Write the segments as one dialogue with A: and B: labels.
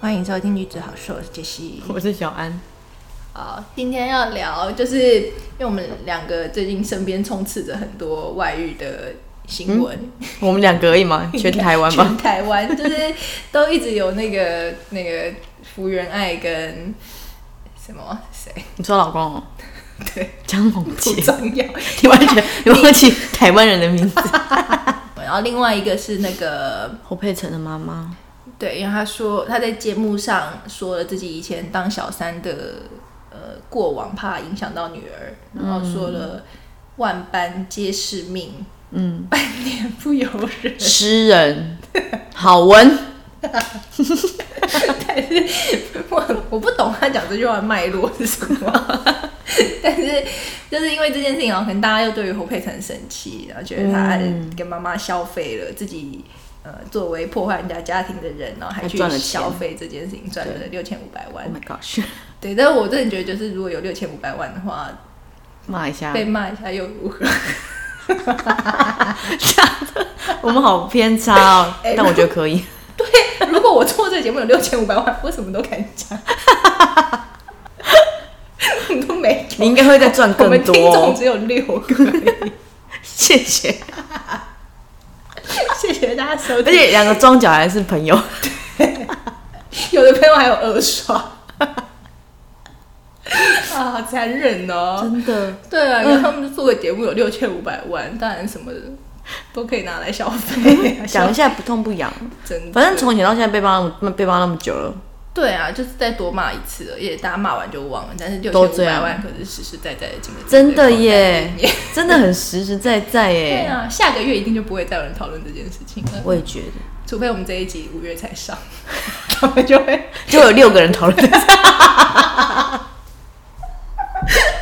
A: 欢迎收听《女子好说》，我是杰西。
B: 我是小安，
A: 好，今天要聊就是因为我们两个最近身边充斥着很多外遇的新闻，
B: 我们两个而已 吗？嗯全台湾 吗？
A: 全台湾就是都一直有那个 那个福原爱跟什么啊谁
B: 你说老公哦，
A: 对
B: 江宏
A: 土
B: 杰，
A: 藏耀，
B: 你完全你忘记台湾人的名字。
A: 然后另外一个是那个
B: 侯佩岑的妈妈，
A: 对，因为他说他在节目上说了自己以前当小三的呃过往，怕影响到女儿，然后说了万般皆是命，
B: 嗯，
A: 百年不由人。
B: 诗人，好文，
A: 我我不懂他讲这句话的脉络是什么， 但是就是因为这件事情，然后可能大家又对于侯佩岑生气，然后觉得他
B: 嗯
A: 跟妈妈消费了自己。呃，作为破坏人家家庭的人，然后还
B: 还
A: 去
B: 赚了钱
A: 消费这件事情，赚了六千五百万
B: Oh。my gosh，
A: 对，但是我真的觉得，就是如果有六千五百万的话，
B: 骂一下，
A: 被骂一下又如何？
B: 我们好偏差 哦，
A: 哎
B: 但我觉得可以。
A: 如果我做这个节目有六千五百万，我什么都敢讲，我们都没
B: 你应该会再赚
A: 有，我们
B: 更
A: 听众
B: 多，哦
A: 只有六个。
B: 谢谢。
A: 谢谢大家收
B: 而
A: 听，
B: 且两个装脚还是朋友，
A: 有的朋友还有二刷，啊，好残忍哦！
B: 真的。嗯
A: 对啊，然后他们做个节目有六千五百万，当然什么都可以拿来消费、啊，
B: 讲一下不痛不痒，
A: 真的。
B: 反正从以前到现在被骂那么被骂那么久了，
A: 对啊，就是再多骂一次而已，大家骂完就忘了。但是六
B: 都
A: 千五
B: 这
A: 百
B: 样
A: 万可是实实在在的金额，
B: 真的耶
A: 里面，
B: 真的很实实在在
A: 对
B: 耶。
A: 啊，下个月一定就不会再有人讨论这件事情了，
B: 我也觉得。
A: 除非我们这一集五月才上， 他们就会
B: 就有六个人讨论。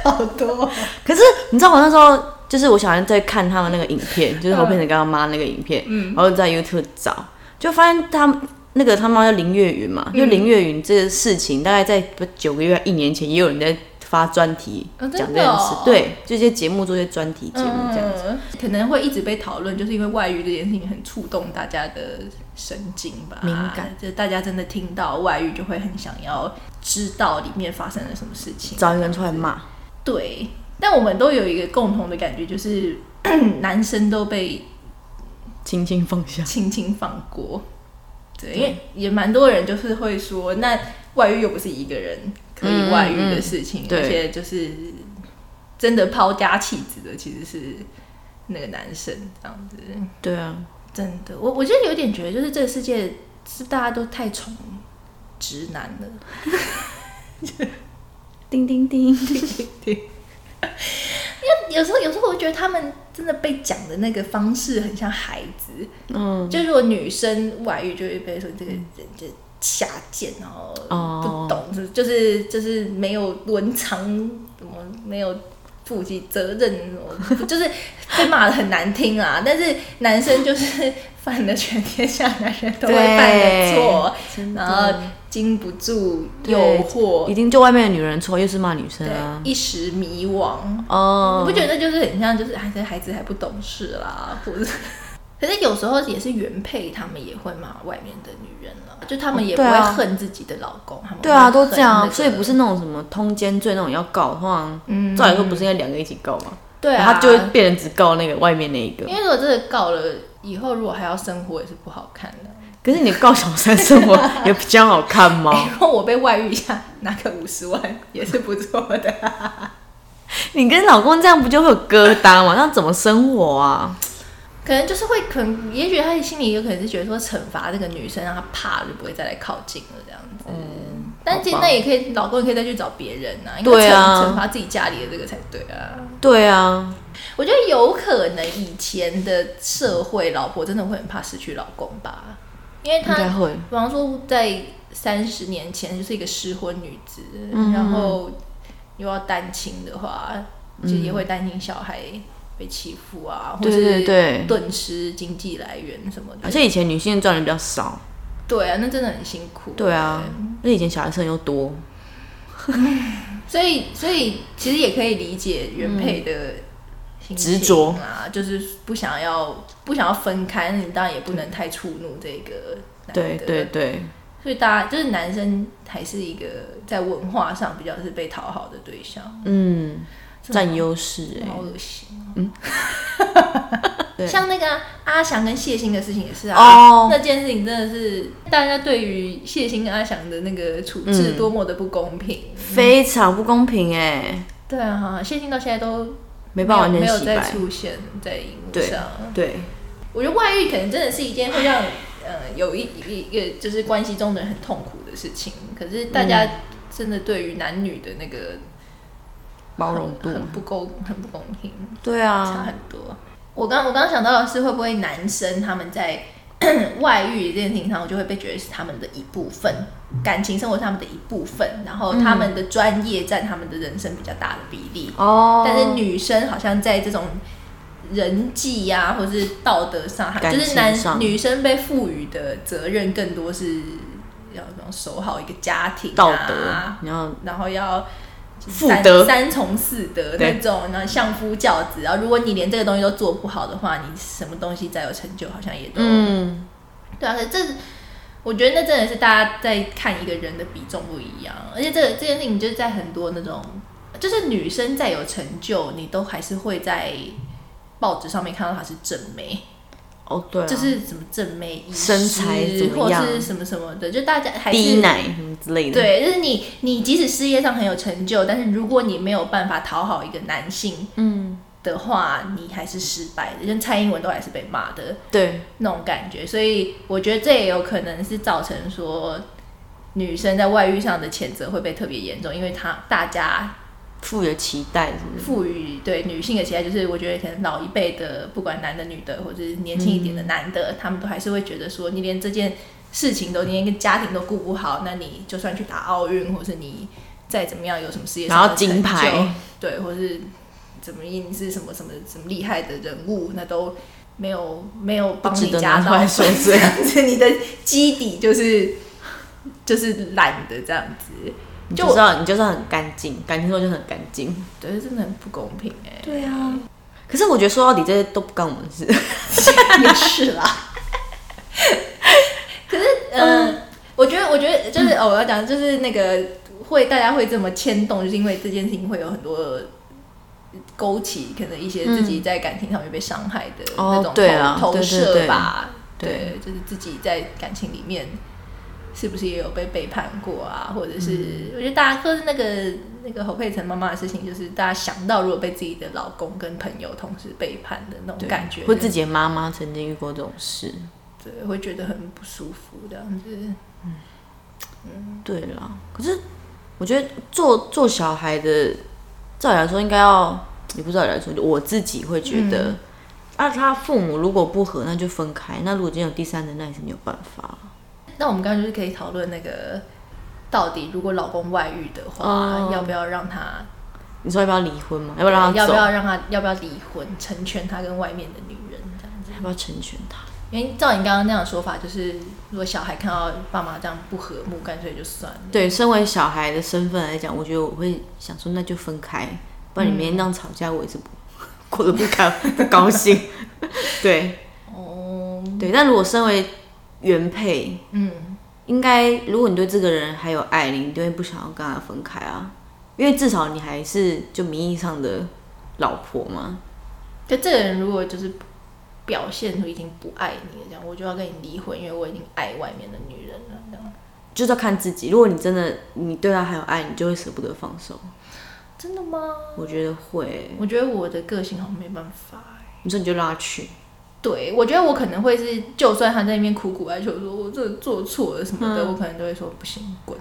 A: 好多。啊
B: 可是你知道，我那时候就是我小孩在看他们那个影
A: 嗯
B: 片，就是侯佩岑跟他妈那个影片，然后在 YouTube 找，就发现他们那个他妈叫林月云
A: 嗯
B: 嘛，就林月云这个事情，大概在九个月、一年前，也有人在发专题
A: 哦真
B: 讲
A: 的
B: 这件事
A: 哦，
B: 对，这些节目做一些专题节目这样。
A: 嗯，可能会一直被讨论，就是因为外遇这件事情很触动大家的神经吧，
B: 敏感，
A: 就是大家真的听到外遇就会很想要知道里面发生了什么事情。
B: 找一个人出来骂，
A: 对，但我们都有一个共同的感觉，就是 男生都被
B: 轻轻放下。
A: 轻轻放过。对，因为也蛮多人就是会说，那外遇又不是一个人可以外遇的事情，
B: 嗯嗯对
A: 而且就是真的抛家弃子的其实是那个男生这样子。
B: 对啊，
A: 真的，我我就有点觉得，就是这个世界是大家都太宠直男了。
B: 叮叮叮，
A: 有时候，有时候我觉得他们真的被讲的那个方式很像孩子，
B: 嗯，
A: 就如果女生外遇，就会被说这个人就下贱，然后
B: 哦
A: 不懂，就是就是就是没有伦常，什么没有负起责任，什么就是被骂的很难听啦。 但是男生就是犯了全天下男人都会犯的错，
B: 真
A: 然
B: 的
A: 后经不住
B: 对
A: 诱惑
B: 一，定就外面的女人错，又是骂女生
A: 对
B: 啊，。
A: 一时迷惘。
B: 哦
A: 你不，觉得就是很像，就是哎，这孩子还不懂事啦，或者是，可是有时候也是原配，他们也会骂外面的女人了，就他们也不
B: 对
A: 会
B: 啊
A: 恨自己的老公，他们
B: 对啊，
A: 会
B: 都
A: 恨
B: 这样
A: 那
B: 啊，
A: 个
B: 所以不是那种什么通奸罪那种要告，通常
A: 嗯
B: 照理说不是应该两个一起告吗？
A: 对
B: 然后
A: 啊，
B: 他就会变成只告那个外面那一个
A: 因。为如果真的告了以后，如果还要生活也是不好看的。
B: 可是你告小三生活也比较好看 吗？
A: 然后我被外遇一下，拿个五十万也是不错的。
B: 你跟老公这样不就会有疙瘩吗？那怎么生活啊？
A: 可能就是会，可能也许他心里有可能是觉得说惩罚这个女生，让她怕就不会再来靠近了这样子。但其实
B: 好吧
A: 那也可以，老公也可以再去找别人呐、啊，应
B: 嗯对
A: 该
B: 啊
A: 惩惩罚自己家里的这个才对啊。
B: 对啊，
A: 我觉得有可能以前的社会，老婆真的会很怕失去老公吧，因为
B: 应该
A: 她
B: 会。
A: 比方说在三十年前就是一个失婚女子，
B: 嗯
A: 然后又要单亲的话，就也会担心小孩被欺负啊，或
B: 嗯对
A: 是
B: 对对
A: 顿失经济来源什么的。
B: 而啊且以前女性赚的比较少，
A: 对啊，那真的很辛苦。
B: 对啊，而且以前小孩生又多，
A: 所以所以其实也可以理解原配的心情
B: 执着
A: 啊，就是不想要不想要分开，那你当然也不能太触怒这个男的。
B: 对对对，
A: 所以大家就是男生还是一个在文化上比较是被讨好的对象，
B: 嗯，占优势哎
A: 好，恶心哦。
B: 嗯 对
A: 像那个啊、阿翔跟谢欣的事情也是啊，
B: 哦
A: 那件事情真的是大家对于谢欣跟阿翔的那个处置
B: 嗯
A: 多么的不公平。
B: 非常不公平哎，
A: 对啊，谢欣到现在都
B: 没办法完
A: 没
B: 全
A: 有
B: 洗
A: 再
B: 白，
A: 出现在荧幕
B: 对
A: 上。
B: 对，
A: 我觉得外遇可能真的是一件会让呃有一一一个就是关系中的人很痛苦的事情，可是大家真的对于男女的那个
B: 包容度，
A: 很不公很不公平。
B: 对
A: 差
B: 啊，
A: 很多。我刚我刚想到的是，会不会男生他们在 外遇这件事情上，我就会被觉得是他们的一部分，感情生活是他们的一部分，然后他们的专业占他们的人生比较大的比例。
B: 哦，
A: 但是女生好像在这种人际呀、或是道德上，
B: 感
A: 就
B: 情
A: 是男
B: 上
A: 女生被赋予的责任更多是要怎么守好一个家庭、啊、
B: 道德，你要
A: 然后要
B: 妇
A: 三
B: 德
A: 三从四德那
B: 对
A: 种，然后相夫教子。然后如果你连这个东西都做不好的话，你什么东西再有成就，好像也都、
B: 嗯，
A: 对啊。可是这我觉得那真的是大家在看一个人的比重不一样，而且这个这件事情就是在很多那种，就是女生再有成就，你都还是会在报纸上面看到她是正妹。
B: 哦对啊，
A: 就是什么正妹医师
B: 身材怎么样
A: 或是什么什么的，就大家还
B: 低
A: 是
B: 奶什么之类的，，
A: 对，就是你你即使事业上很有成就，但是如果你没有办法讨好一个男性
B: 嗯，
A: 的话，你还是失败的。就蔡英文都还是被骂的
B: 对，
A: 那种感觉，所以我觉得这也有可能是造成说女生在外遇上的谴责会被特别严重，因为她大家
B: 富有期待什么的，
A: 赋予对女性的期待，就是我觉得可能老一辈的，不管男的女的，或者是年轻一点的男的，他们都还是会觉得说，你连这件事情都，你连一个家庭都顾不好，那你就算去打奥运，或是你再怎么样有什么事业上
B: 然
A: 的
B: 后金牌
A: 成就，对，或是怎么你是什么什么什么厉害的人物，那都没有没有帮
B: 值
A: 你
B: 得
A: 加
B: 拿 出
A: 到
B: 来说嘴
A: 是你的基底就是就是懒的这样子，
B: 你
A: 就
B: 就知道你就是很干净，感情说就是很干净。
A: 对，真的很不公平哎、
B: 对啊，可是我觉得说到底这些都不干我们的事。
A: 也是啦。可是，嗯，我觉得，我觉得就是、哦，我要讲就是那个会大家会这么牵动，就是因为这件事情会有很多勾起可能一些自己在感情上面被伤害的那
B: 哦
A: 种投、
B: 对啊
A: 投
B: 对对
A: 射
B: 对
A: 吧。
B: 对
A: 就是自己在感情里面是不是也有被背叛过啊？或者是、
B: 嗯
A: 我觉得大家就是那个那个侯佩岑妈妈的事情，就是大家想到如果被自己的老公跟朋友同时背叛的那种感觉，
B: 或自己的妈妈曾经遇过这种事。
A: 对，会觉得很不舒服这样子。
B: 对啦，可是我觉得做做小孩的，照理来说应该要，也不是照理来说，我自己会觉
A: 嗯
B: 得，啊，他父母如果不和，那就分开。那如果今天有第三人，那也是没有办法。
A: 那我们刚刚就是可以讨论那个，到底如果老公外遇的话，
B: 哦
A: 要不要让他，
B: 你说要不要离婚嘛？要不要让他
A: 要
B: 走？
A: 不要让他，要不要离婚，成全他跟外面的女人这样子？
B: 要不要成全他？
A: 因为照你刚刚那样的说法，就是如果小孩看到爸妈这样不和睦，干脆就算了。
B: 对，身为小孩的身份来讲，我觉得我会想说，那就分开，不然你
A: 嗯
B: 明天那样吵架，我也是不过得不高不高兴。 对
A: 哦，
B: 对，但如果身为原配，
A: 嗯，
B: 应该如果你对这个人还有爱，你一定会不想要跟他分开啊，因为至少你还是就名义上的老婆嘛。
A: 就这个人如果就是表现出已经不爱你了，这样我就要跟你离婚，因为我已经爱外面的女人了，这样。
B: 就是要看自己，如果你真的你对他还有爱，你就会舍不得放手。
A: 真的吗？
B: 我觉得会，
A: 我觉得我的个性好像没办法欸
B: 你说你就让他去，
A: 对，我觉得我可能会是，就算他在那边苦苦哀求说我这做错了什么的，我可能都会说不行，滚。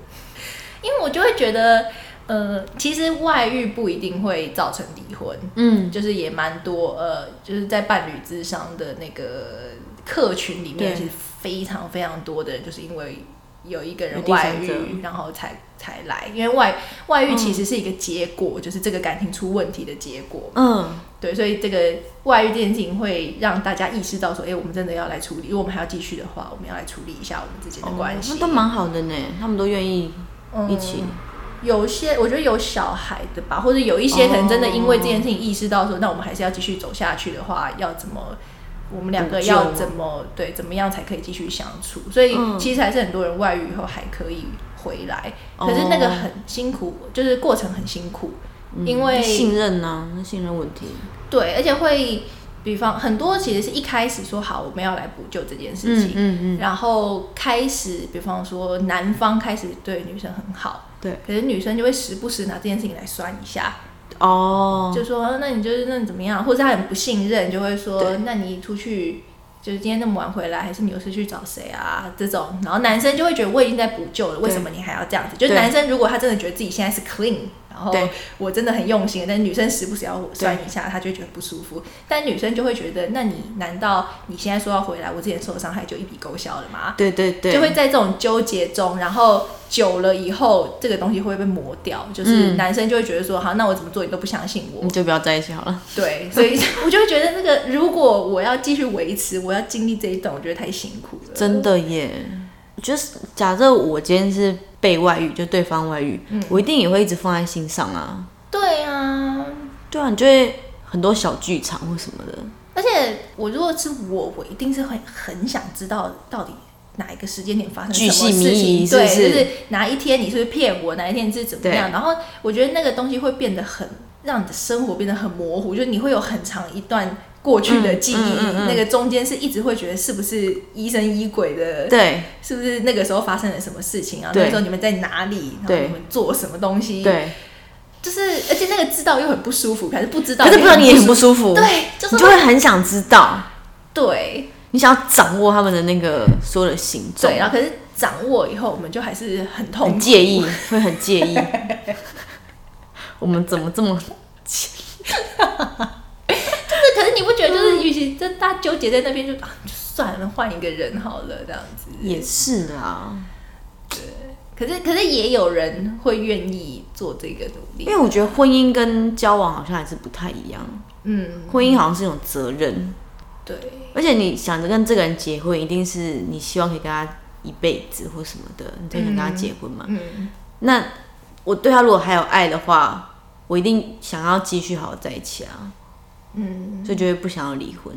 A: 因为我就会觉得，呃，其实外遇不一定会造成离婚，
B: 嗯，
A: 就是也蛮多，呃，就是在伴侣之商的那个客群里面，
B: 对
A: 其实非常非常多的人，就是因为有一个
B: 有
A: 人
B: 第
A: 外
B: 三者
A: 遇，然后才才来，因为外外遇其实是一个结果，就是这个感情出问题的结果嘛
B: 嗯，
A: 对，所以这个外遇这件事情会让大家意识到说，哎、我们真的要来处理，如果我们还要继续的话，我们要来处理一下我们之间的关系。
B: 哦
A: 嗯
B: 那都蛮好的呢，他们都愿意一起。
A: 有些我觉得有小孩的吧，或者有一些可能真的因为这件事情意识到说，那我们还是要继续走下去的话，要怎么我们两个要怎么对怎么样才可以继续相处？所以其实还是很多人外遇以后还可以回来，可是那个很辛苦，就是过程很辛苦，因为
B: 信任呐、那信任问题。
A: 对，而且会，比方很多其实是一开始说好我们要来补救这件事情，
B: 嗯嗯，
A: 然后开始，比方说男方开始对女生很好，
B: 对，
A: 可是女生就会时不时拿这件事情来酸一下，
B: 哦，
A: 就说啊那你就是那你怎么样，或者她很不信任，就会说
B: 对
A: 那你出去。就是今天那么晚回来，还是你有事去找谁啊？这种，然后男生就会觉得我已经在补救了，为什么你还要这样子？就是
B: 对
A: 男生如果他真的觉得自己现在是 clean，然后
B: 对
A: 我真的很用心，但是女生时不时要我酸一下，她就会觉得不舒服。但女生就会觉得，那你难道你现在说要回来，我之前受的伤害就一笔勾销了吗？
B: 对对对，
A: 就会在这种纠结中，然后久了以后，这个东西会被磨掉。就是
B: 嗯
A: 男生就会觉得说，好，那我怎么做你都不相信我
B: 你，嗯就不要在一起好了。
A: 对，所以 我就会觉得那个，如果我要继续维持，我要经历这一段，我觉得太辛苦了。
B: 真的耶，就是假设我今天是被外遇，就对方外遇，
A: 嗯
B: 我一定也会一直放在心上啊。
A: 对啊，
B: 对啊，你就会很多小剧场或什么的。
A: 而且我如果是我，我一定是会很想知道到底哪一个时间点发生什
B: 巨
A: 么
B: 细靡
A: 事情，
B: 遗
A: 对，
B: 是不是
A: 就是哪一天你是不是骗我，哪一天你是怎么样，然后我觉得那个东西会变得很让你的生活变得很模糊，就是你会有很长一段。过去的记忆，
B: 嗯嗯嗯嗯
A: 那个中间是一直会觉得是不是疑神疑鬼的，
B: 对
A: 是不是那个时候发生了什么事情啊？
B: 对
A: 那时候你们在哪里？然后
B: 对
A: 你们做什么东西？，
B: 对，
A: 就是而且那个知道又很不舒服，可是不知道，
B: 可是不知道你也很不舒服，
A: 对，就是
B: 你就会很想知道，
A: 对，
B: 你想要掌握他们的那个所有的行踪
A: 对，，然后可是掌握以后，我们就还是很痛
B: 很
A: 苦。
B: 介意，会很介意。 我们怎么这么
A: 就是，可是你不觉得
B: 嗯
A: 就是，与其这大家纠结在那边就，啊就算了，换一个人好了这样子。
B: 也是啊？
A: 可是，可是也有人会愿意做这个努
B: 因
A: 力
B: 为。我觉得婚姻跟交往好像还是不太一样，
A: 嗯，
B: 婚姻好像是一种责任，
A: 对，
B: 而且你想着跟这个人结婚，一定是你希望可以跟他一辈子或什么的，你才想跟他结婚嘛。
A: 嗯，
B: 那我对他如果还有爱的话，我一定想要继续好好在一起啊。
A: 嗯，
B: 所以就会不想要离婚。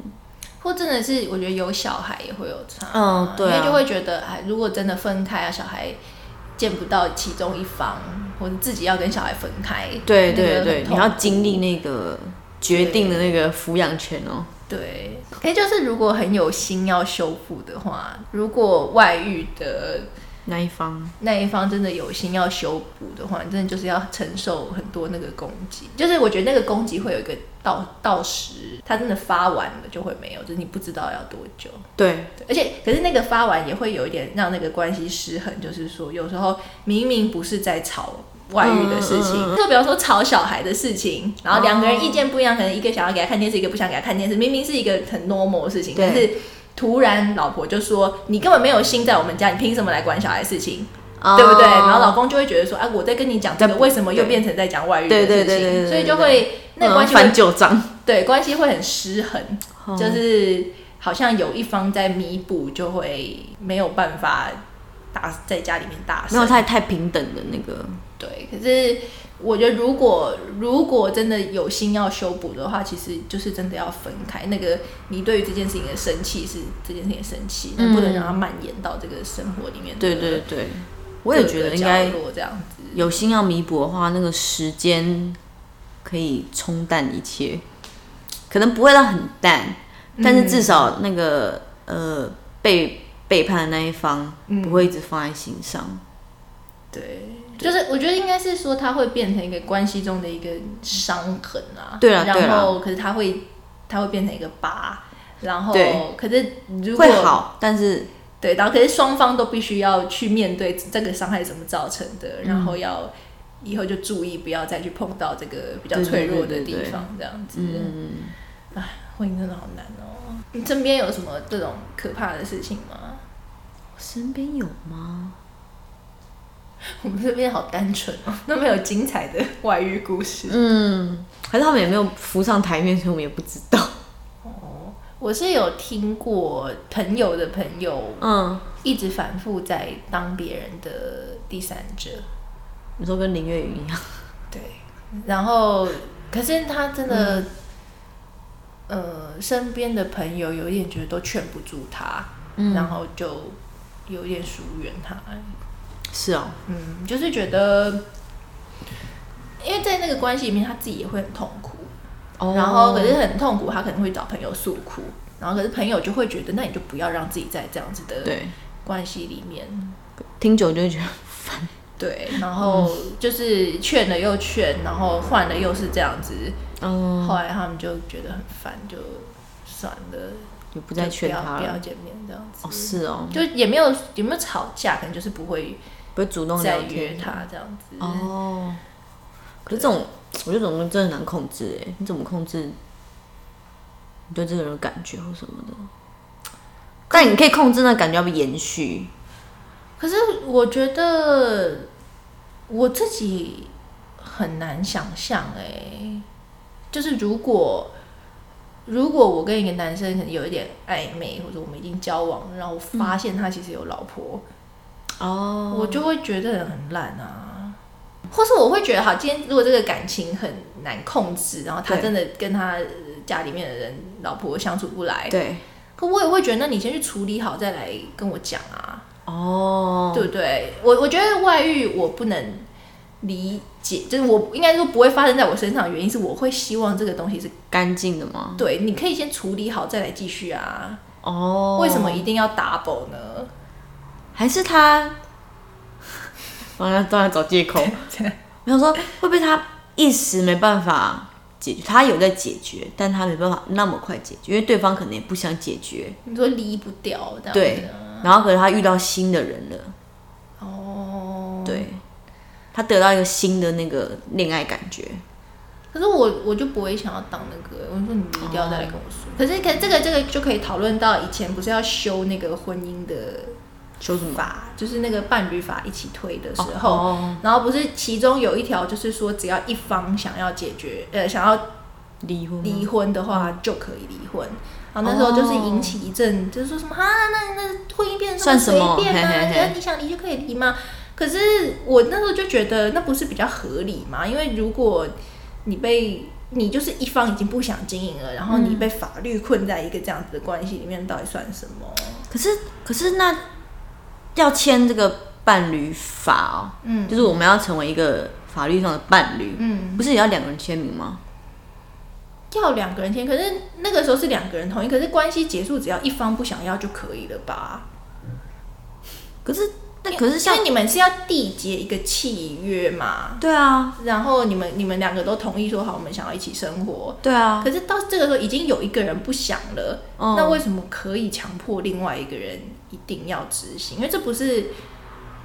A: 或真的是，我觉得有小孩也会有差。
B: 嗯对啊
A: 因为就会觉得，哎，如果真的分开啊，小孩见不到其中一方，或者自己要跟小孩分开，
B: 对
A: 那个
B: 对
A: 很
B: 对，
A: 痛
B: 你要
A: 苦
B: 经历那个决定的那个抚养权哦。
A: 对，哎，就是如果很有心要修复的话，如果外遇的
B: 那一方
A: 那一方真的有心要修补的话，你真的就是要承受很多那个攻击。就是我觉得那个攻击会有一个到到时，他真的发完了就会没有，就是你不知道要多久。
B: 对
A: 对而且，可是那个发完也会有一点让那个关系失衡，就是说有时候明明不是在吵外遇的事情，就比方说吵小孩的事情，然后两个人意见不一样，可能一个想要给他看电视，一个不想给他看电视，明明是一个很 normal 的事情，
B: 对
A: 但是突然老婆就说你根本没有心在我们家，你凭什么来管小孩的事情？
B: 哦
A: 对不对？然后老公就会觉得说，哎、我在跟你讲这个，
B: 在
A: 为什么又变成在讲外遇的事
B: 对
A: 情？
B: 对对对对对
A: 所以就会那个关系会、
B: 翻嗯旧账，
A: 对关系会很失衡，
B: 哦
A: 就是好像有一方在弥补，就会没有办法大在家里面大
B: 没有
A: 声。
B: 太太平等的那个。
A: 对，可是我觉得如果如果真的有心要修补的话，其实就是真的要分开。那个你对于这件事情的生气是这件事情的生气，
B: 嗯
A: 不能让它蔓延到这个生活里面。
B: 对对，对，我也觉得应该
A: 这样子。
B: 有心要弥补的话，那个时间可以冲淡一切，可能不会到很淡，
A: 嗯
B: 但是至少那个、呃被背叛的那一方
A: 嗯
B: 不会一直放在心上。
A: 对，就是我觉得应该是说，它会变成一个关系中的一个伤痕啊。
B: 对啊对
A: 然
B: 啊
A: 后可是它会，它会变成一个疤。然后
B: 对，
A: 可是如果
B: 会好，但是
A: 对，然后可是双方都必须要去面对这个伤害是怎么造成的，然
B: 嗯
A: 后要以后就注意不要再去碰到这个比较
B: 对对
A: 脆弱
B: 对
A: 的
B: 对
A: 地
B: 对
A: 方，这样子。
B: 嗯，
A: 婚姻真的好难哦。你身边有什么这种可怕的事情吗？
B: 我身边有吗？
A: 我们这边好单纯哦，都没有精彩的外遇故事。
B: 嗯，还是他们也没有浮上台面，所以我们也不知道。
A: 我是有听过朋友的朋友
B: 嗯，
A: 一直反复在当别人的第三者，
B: 你说跟林月云一样，嗯
A: 对，然后可是他真的，呃身边的朋友有一点觉得都劝不住他，
B: 嗯
A: 然后就有一点疏远他。
B: 是哦，
A: 嗯，就是觉得，因为在那个关系里面，他自己也会很痛苦，
B: 哦
A: 然后可是很痛苦，他可能会找朋友诉苦，然后可是朋友就会觉得，那你就不要让自己在这样子的
B: 对，
A: 关系里面，
B: 听久就会觉得
A: 对，然后
B: 嗯
A: 就是劝了又劝，然后换了又是这样子，
B: 嗯，
A: 后来他们就觉得很烦，就算了，
B: 也不再
A: 就
B: 劝
A: 不要
B: 他
A: 不要
B: 了。
A: 见面这样子，
B: 哦，是哦，
A: 就也没有也没有吵架，可能就是不会
B: 不会主动
A: 再
B: 聊
A: 约
B: 天。
A: 他这样子，
B: 哦，可是这种，我觉得这种东西真的很难控制哎，你怎么控制你对这个人的感觉或什么的？但你可以控制那感觉要不要延续，
A: 可是我觉得我自己很难想象哎、就是如果如果我跟一个男生可能有一点暧昧，或者我们已经交往了，然后我发现他其实有老婆，
B: 哦，
A: 我就会觉得很烂啊。或是我会觉得，好，今天如果这个感情很难控制，然后他
B: 对
A: 真的跟他呃家里面的人、老婆相处不来，
B: 对，
A: 可我也会觉得，那你先去处理好，再来跟我讲啊。
B: 哦，
A: 对不对？我我觉得外遇我不能理解，就是我应该说不会发生在我身上，的原因是我会希望这个东西是
B: 干净的吗？
A: 对，你可以先处理好再来继续啊。
B: 嗯哦，
A: 为什么一定要 double 呢？
B: 还是他， 帮他帮他找借 口。没有说会不会他一时没办法解决，他有在解决，但他没办法那么快解决，因为对方可能也不想解决。
A: 你说离不掉这样子啊
B: 对，然后可能他遇到新的人了，
A: 哦，。
B: 对，他得到一个新的那个恋爱感觉。
A: 可是我我就不会想要当那个，我说你离掉再来跟我说。
B: 哦
A: 可是可这个这个就可以讨论到以前不是要修那个婚姻的
B: 说什么？
A: 法，就是那个伴侣法一起推的时候，
B: 哦，
A: 然后不是其中有一条就是说，只要一方想要解决呃想要
B: 离婚吗？
A: 离婚的
B: 嗯
A: 话就可以离婚。然后那
B: 哦
A: 时候就是引起一阵，就是说什么啊，那那婚姻变得这
B: 算什
A: 么
B: 么
A: 随便吗？
B: 嘿嘿嘿
A: 只要你想离就可以离吗？可是我那时候就觉得那不是比较合理吗？因为如果你被你就是一方已经不想经营了，然后
B: 嗯
A: 你被法律困在一个这样子的关系里面，到底算什么？
B: 可是可是那要签这个伴侣法哦，
A: 嗯
B: 就是我们要成为一个法律上的伴侣，
A: 嗯，
B: 不是也要两个人签名吗？
A: 要两个人签，可是那个时候是两个人同意，可是关系结束只要一方不想要就可以了吧？
B: 可是那可是像
A: 因为你们是要缔结一个契约嘛，
B: 对啊
A: 然后你们你们两个都同意说好，我们想要一起生活。
B: 对啊，
A: 可是到这个时候已经有一个人不想了，
B: 嗯
A: 那为什么可以强迫另外一个人一定要执行？因为这不是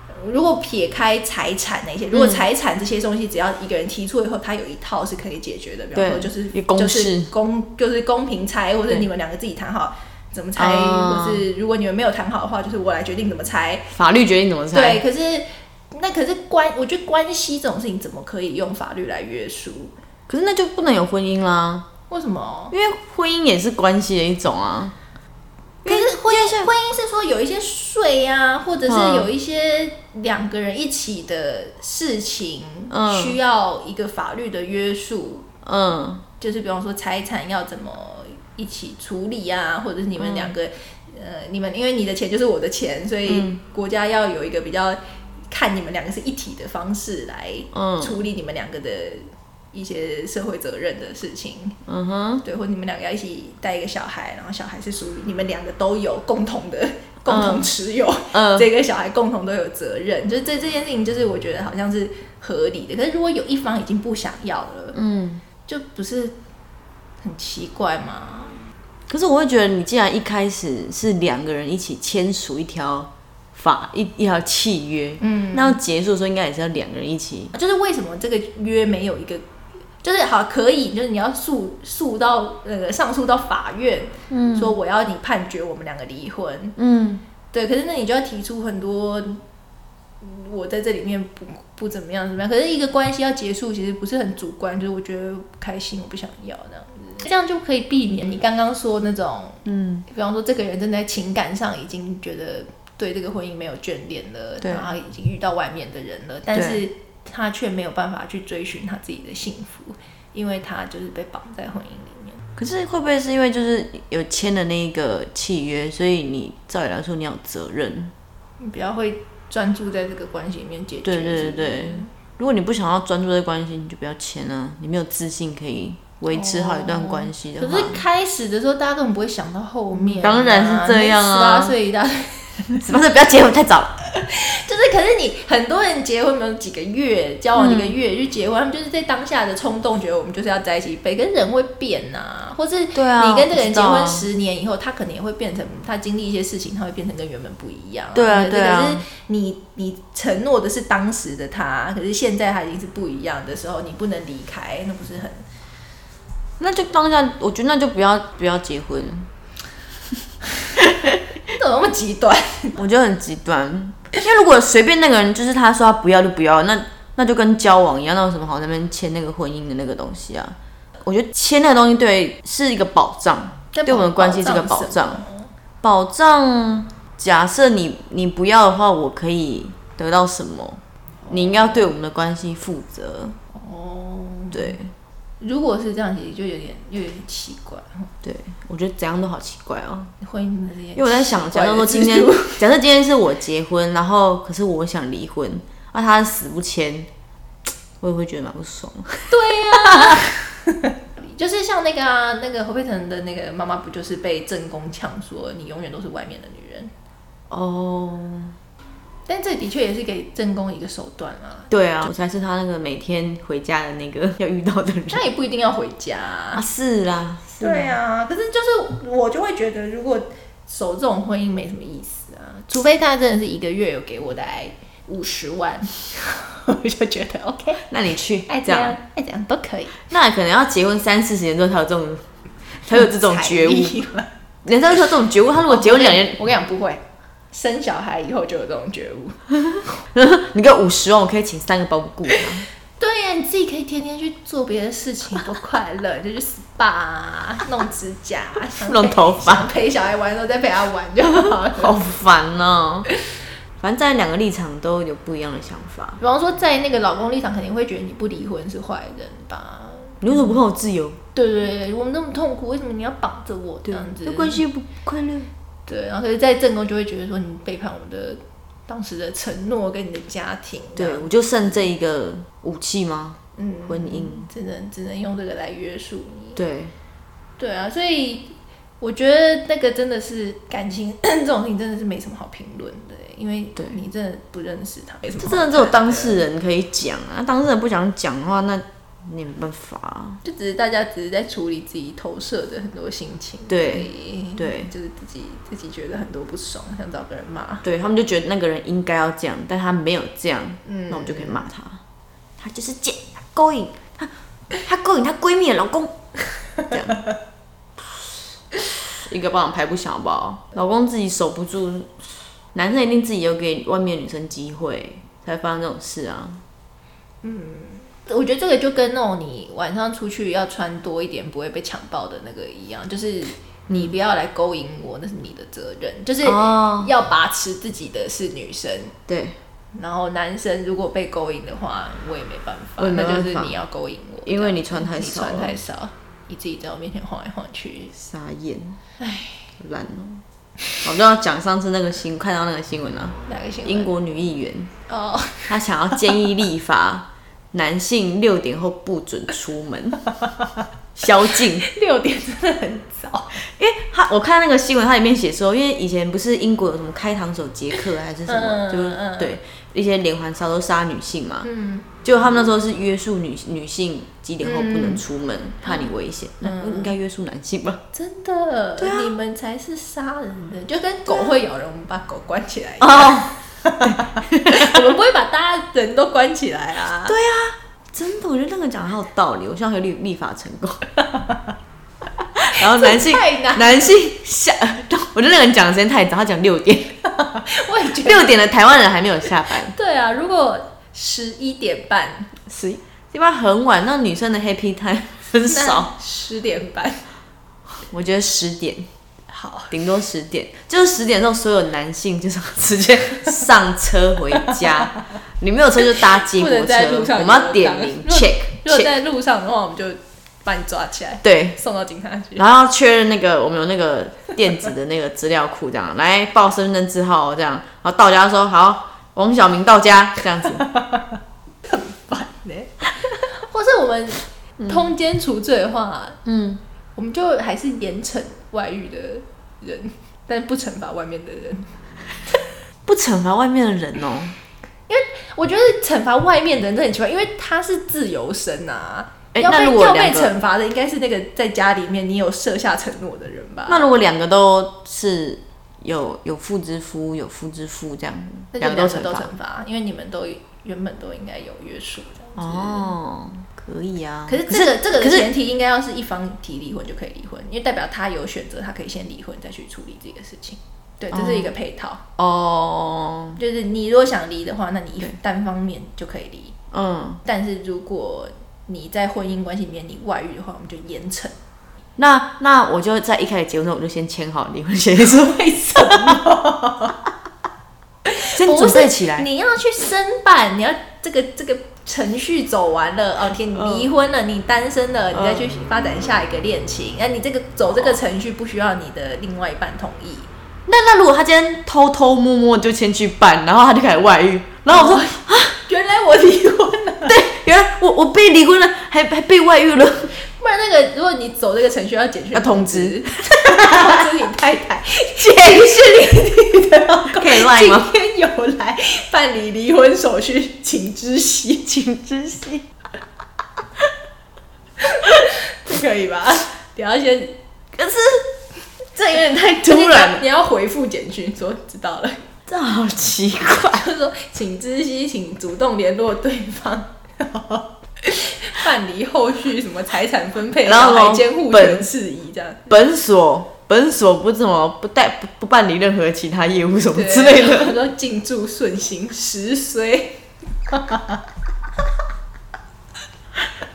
A: 呃如果撇开财产那
B: 嗯
A: 些，如果财产这些东西只要一个人提出以后，他有一套是可以解决的，比方
B: 对
A: 说就是
B: 一公
A: 就是
B: 式
A: 公就是公平拆，或者
B: 对
A: 你们两个自己谈好怎么拆，
B: 啊
A: 或是如果你们没有谈好的话，就是我来决定怎么拆。
B: 法律决定怎么
A: 对，
B: 裁，
A: 可是那可是关，我觉得关系这种事情怎么可以用法律来约束？
B: 可是那就不能有婚姻啦，
A: 为什么？
B: 因为婚姻也是关系的一种啊。
A: 可是婚姻婚姻是说有一些税啊，或者是
B: 嗯
A: 有一些两个人一起的事情，
B: 嗯
A: 需要一个法律的约束，
B: 嗯，
A: 就是比方说财产要怎么一起处理啊，或者是你们两个、
B: 嗯
A: 呃，你们因为你的钱就是我的钱，所以国家要有一个比较看你们两个是一体的方式来
B: 嗯
A: 处理你们两个的一些社会责任的事情，
B: 嗯哼，
A: 对，或你们两个要一起带一个小孩，然后小孩是属于你们两个都有共同的、共同持有、
B: 嗯
A: 这个小孩，共同都有责任。就是这这件事情，就是我觉得好像是合理的。可是如果有一方已经不想要了，
B: 嗯。
A: 就不是很奇怪吗？
B: 可是我会觉得，你既然一开始是两个人一起签署一条法一一条契约，
A: 嗯，
B: 那要结束的时候应该也是要两个人一起。
A: 就是为什么这个约没有一个，就是好可以，就是你要诉诉到呃上诉到法院，嗯，说我要你判决我们两个离婚，
B: 嗯，
A: 对，可是那你就要提出很多，嗯我在这里面不不怎么样怎么样。可是一个关系要结束，其实不是很主观，就是我觉得不开心，我不想要这样子，这样就可以避免你刚刚说那种，嗯，比方说这个人真的在情感上已经觉得对这个婚姻没有眷恋了，
B: 对
A: 然后已经遇到外面的人了，但是他却没有办法去追寻他自己的幸福，因为他就是被绑在婚姻里面。
B: 可是会不会是因为就是有签的那个契约，所以你照理来说你要有责任？
A: 你比较会专注在这个关系里面解决。
B: 对对对对。如果你不想要专注在关系，你就不要签啊。你没有自信可以维持好一段关系的
A: 可
B: 话，
A: 是开始的时候，大家根本不会想到后面、啊
B: 当然是这样啊
A: 十八岁一大堆，
B: 什么时候不要结婚太早了？
A: 就是可是你很多人结婚没有几个月，交往几个月就结婚，他们就是在当下的冲动，觉得我们就是要在一起一辈。可是人会变呐、或是
B: 对啊
A: 你跟这个人结
B: 我知道
A: 婚
B: 啊
A: 十年以后，他可能也会变成他经历一些事情，他会变成跟原本不一样。
B: 对啊
A: 可是
B: 对啊
A: 可是你你承诺的是当时的他，可是现在他已经是不一样的时候，你不能离开，那不是很
B: 那就当下，我觉得那就不要不要结婚，
A: 怎么那么极端？
B: 我觉得很极端。因为如果随便那个人就是他说他不要就不要，那那就跟交往一样，那有什么好在那边签那个婚姻的那个东西啊？我觉得签那个东西对是一个保障，
A: 但
B: 对我们的关系是个保障。保障，假设你你不要的话，我可以得到什么？你应该要对我们的关系负责。
A: 哦，
B: 对
A: 如果是这样，其实就有点又有点奇怪。
B: 对，我觉得怎样都好奇怪哦。
A: 婚姻的这些，
B: 因为我在想，假设说今 天，假设今天是我结婚，然后可是我想离婚，那、他死不签，我也会觉得蛮不爽。
A: 就是像那个啊，那个侯佩岑的那个妈妈，不就是被正宫呛说你永远都是外面的女人？
B: 哦，
A: 但这的确也是给正宫一个手段啊，
B: 对啊，我才是他那个每天回家的那个要遇到的人
A: 那也不一定要回家、
B: 啊。是啦，是
A: 对啊，可是就是我就会觉得，如果守这种婚姻没什么意思啊，除非他真的是一个月有给我的爱五十万， 我就觉得 OK，
B: 那你去
A: 爱
B: 这
A: 怎
B: 样
A: 样，爱怎样都可以，
B: 那可能要结婚三四十年之后才有这种，才有这种 觉悟。
A: 才艺嘛
B: 人家说这种觉悟，他如果结婚两年，
A: 我跟你讲不会，生小孩以后就有这种觉悟。
B: 你给我五十万，我可以请三个保姆雇他。
A: 对呀，你自己可以天天去做别的事情，多快乐！你就去 SPA 啊、弄指甲啊、想陪
B: 弄头发
A: 想陪小孩玩的时候再陪他玩就好了。
B: 好烦哦、 反正站在两个立场都有不一样的想法。
A: 比方说，在那个老公立场，肯定会觉得你不离婚是坏人吧？
B: 你为什么不让我自由？
A: 对对对，我们那么痛苦，为什么你要绑着我这样子？
B: 那啊关系不快乐。
A: 对，然后可是，在正宫就会觉得说你背叛我的当时的承诺跟你的家庭。这
B: 对，啊
A: 样，
B: 我就剩这一个武器吗？
A: 嗯，
B: 婚姻。
A: 只能只能用这个来约束你。
B: 对，
A: 对啊，所以我觉得那个真的是感情 这种事情真的是没什么好评论的，欸因为
B: 对
A: 你真的不认识他，没什么
B: 这
A: 好
B: 真的
A: 看
B: 只有当事人可以讲啊，当事人不想讲的话，那你也没办法、啊。
A: 就只是大家只是在处理自己投射的很多心情，
B: 对
A: 所以
B: 对
A: 就是自己自己觉得很多不爽，想找个人骂，
B: 对他们就觉得那个人应该要这样，但他没有这样，
A: 嗯
B: 那我们就可以骂他。他就是贱，他勾引，他他勾引她闺蜜的老公，这样。 一个巴掌拍不响，好不好？老公自己守不住，男生一定自己有给外面女生机会，才会发生这种事啊。
A: 我觉得这个就跟那种你晚上出去要穿多一点不会被强暴的那个一样，就是你不要来勾引我，那是你的责任，就是
B: 哦
A: 要把持自己的是女生，
B: 对，
A: 然后男生如果被勾引的话，我也没办法，
B: 我也没
A: 那
B: 办法
A: 就是你要勾引我，
B: 因为你穿太
A: 你
B: 少了，
A: 穿太少，你自己在我面前晃来晃去，
B: 傻眼，唉，烂哦。我就要讲上次那个新看到那个新闻啊，
A: 哪个新闻？
B: 英国女议员
A: 哦，
B: 她想要建议立法，男性六点后不准出门， 宵禁。
A: 六点真的很早，
B: 因为他我看那个新闻，它里面写说，因为以前不是英国有什么开膛手杰克啊还是什么，
A: 嗯
B: 就是
A: 嗯
B: 对一些连环杀都杀女性嘛，
A: 嗯，
B: 就他们那时候是约束女女性几点后不能出门，怕你危险，那应该约束男性吧？
A: 真的，
B: 啊
A: 你们才是杀人的，就跟狗会咬人，我们把狗关起来，
B: 哦，
A: 我们不会把大家人都关起来 啊。对，
B: 真的，我觉得那个讲的很有道理，我希望可以立立法成功。 然后男性
A: 这太难
B: 男性下， 我觉得那个人讲的时间太早，他讲六点，
A: 我也觉得，
B: 六点的台湾人还没有下班，
A: 对啊，如果十一点半，
B: 十一这边很晚，那女生的 happy time 很少，
A: 十点半，
B: 我觉得十点。
A: 好，
B: 顶多十点，就是十点钟，所有男性就是直接上车回家。 你没有车就搭接
A: 不
B: 驳
A: 能
B: 车
A: 在路，上
B: 我们要点
A: 游荡
B: 名
A: 如果
B: check
A: 如果
B: check。
A: 在路上的话，我们就把你抓起来，
B: 对，
A: 送到警察局。
B: 然后要确认那个我们有那个电子的那个资料库，这样来报身份证字号，这样，然后到家说好，王小明到家，这 样子，
A: 烦呢、或是我们通奸除罪的话，
B: 嗯，
A: 我们就还是严惩外遇的人， 但不惩罚外面的人。
B: 不惩罚外面的人哦、
A: 我觉得惩罚外面的人真的很奇怪，因为他是自由身啊。
B: 哎
A: 要
B: 那
A: 被
B: 如果
A: 要被
B: 两个
A: 惩罚的应该是那个在家里面你有设下承诺的人吧？
B: 那如果两个都是有有妇之夫，有夫之妇这样，
A: 那
B: 两
A: 就
B: 个
A: 两
B: 惩
A: 个都
B: 罚
A: 惩，罚，因为你们都原本都应该有约束这样子。
B: 哦，可以啊。
A: 可是这个这个
B: 可
A: 的
B: 是
A: 前提应该要是一方提离婚就可以离婚，因为代表他有选择，他可以先离婚再去处理这个事情。对，这是一个配套，
B: 哦，
A: 就是你如果想离的话，那你一
B: 对
A: 单方面就可以离。
B: 嗯，
A: 但是如果你在婚姻关系里面你外遇的话，我们就严惩。
B: 那那我就在一开始结婚的时候我就先签好离婚协议书，为什么？ 先
A: 不
B: 准
A: 是
B: 备起来，
A: 你要去申办，你要这个这个程序走完了，
B: 嗯
A: 哦天，你离婚了，你单身了，你再去发展下一个恋情，
B: 嗯
A: 那、你这个走这个程序不需要你的另外一半同意。
B: 那那如果他今天偷偷摸摸就先去办，然后他就开始外遇，然后 我说、
A: 原来我离婚了，
B: 对，原来我我被离婚了，还还被外遇了，
A: 不然那个如果你走这个程序要简讯
B: 要通知，
A: 通知你太太，
B: 简讯 可以赖吗？
A: 今天有来办理离婚手续，请知悉，
B: 请知悉。
A: 不可以吧？你要先，
B: 可是这有点太
A: 就是
B: 突
A: 你要
B: 然了，
A: 你要回复简讯说知道了。
B: 这好奇怪。
A: 他说：“请知悉，请主动联络对方， 然后办理后续什么财产分配、
B: 然后
A: 小孩监护权
B: 本
A: 事宜这样
B: 本所本所不怎么不带不不办理任何其他业务 什么
A: 对
B: 之类
A: 他
B: 的，
A: 说：“进驻顺行，十岁。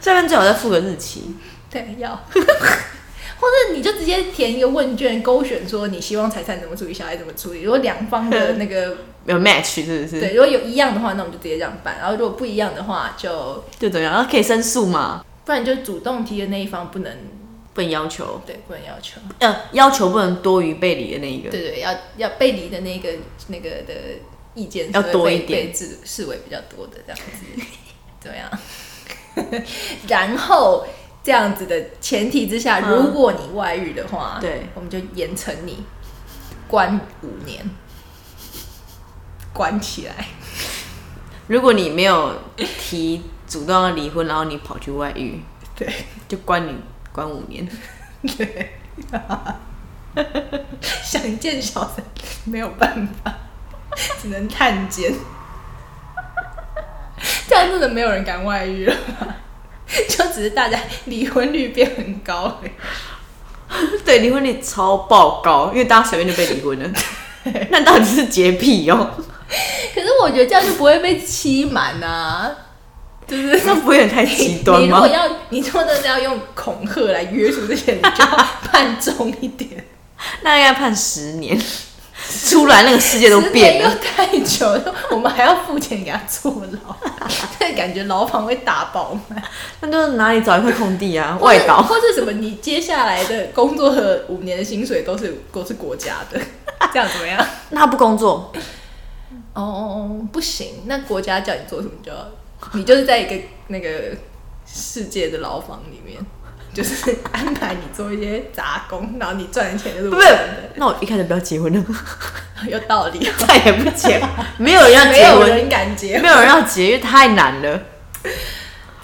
B: 这边最好再附个日期。”
A: 对，要。 或者你就直接填一个问卷，勾选说你希望财产怎么处理，小孩怎么处理。如果两方的那 个
B: 有 match 是不是？
A: 对，，如果有一样的话，那我们就直接这样办；然后如果不一样的话，就
B: 就怎么样？然后啊可以申诉嘛？
A: 不然就主动提的那一方不能
B: 不能要求，
A: 对不能要求。
B: 呃，要求不能多于被理的那一个。
A: 对对，要要被离的那个那个的意见是
B: 要
A: 会
B: 多
A: 被
B: 一点
A: 被视视为比较多的这样子， 怎么样？然后这样子的前提之下，
B: 嗯
A: 如果你外遇的话，
B: 对
A: 我们就严惩你，关五年，关起来。
B: 如果你没有提主动要离婚，然后你跑去外遇，
A: 对
B: 就关你关五年。
A: 对， 想见小三没有办法，只能探监。这样真的没有人敢外遇了吧， 就只是大家离婚率变很高而已。
B: 对，离婚率超爆高，因为大家随便就被离 婚了。那到底是洁癖哦？
A: 可是我觉得这样就不会被欺瞒啊，就是
B: 那不会有点太
A: 你
B: 极端
A: 你如
B: 吗
A: 果？要，你如果真的要用恐吓来约束这些人，你就要判重一 点。
B: 那应该判十年， 出来那个世界都
A: 十年
B: 变
A: 又
B: 了。
A: 太久了，我们还要付钱给他坐牢， 这感觉牢房会大爆满。
B: 那就哪里找一块空地啊？外岛
A: 或是什么？你接下来的工作和五年的薪水都是都是国家的， 这样怎么样？
B: 那他不工作，
A: 哦哦哦，不行，那国家叫你做什么就要，你就是在一个那个世界的牢房里面。 就是安排你做一些杂工，然后你赚的钱就是
B: 不
A: 我
B: 不
A: 赚的，，
B: 那我一开始不要结婚了，
A: 有道理。
B: 再也不 结，没有人要
A: 没
B: 结
A: 有
B: 婚，
A: 人敢结
B: 没，有人要结，因为太难了。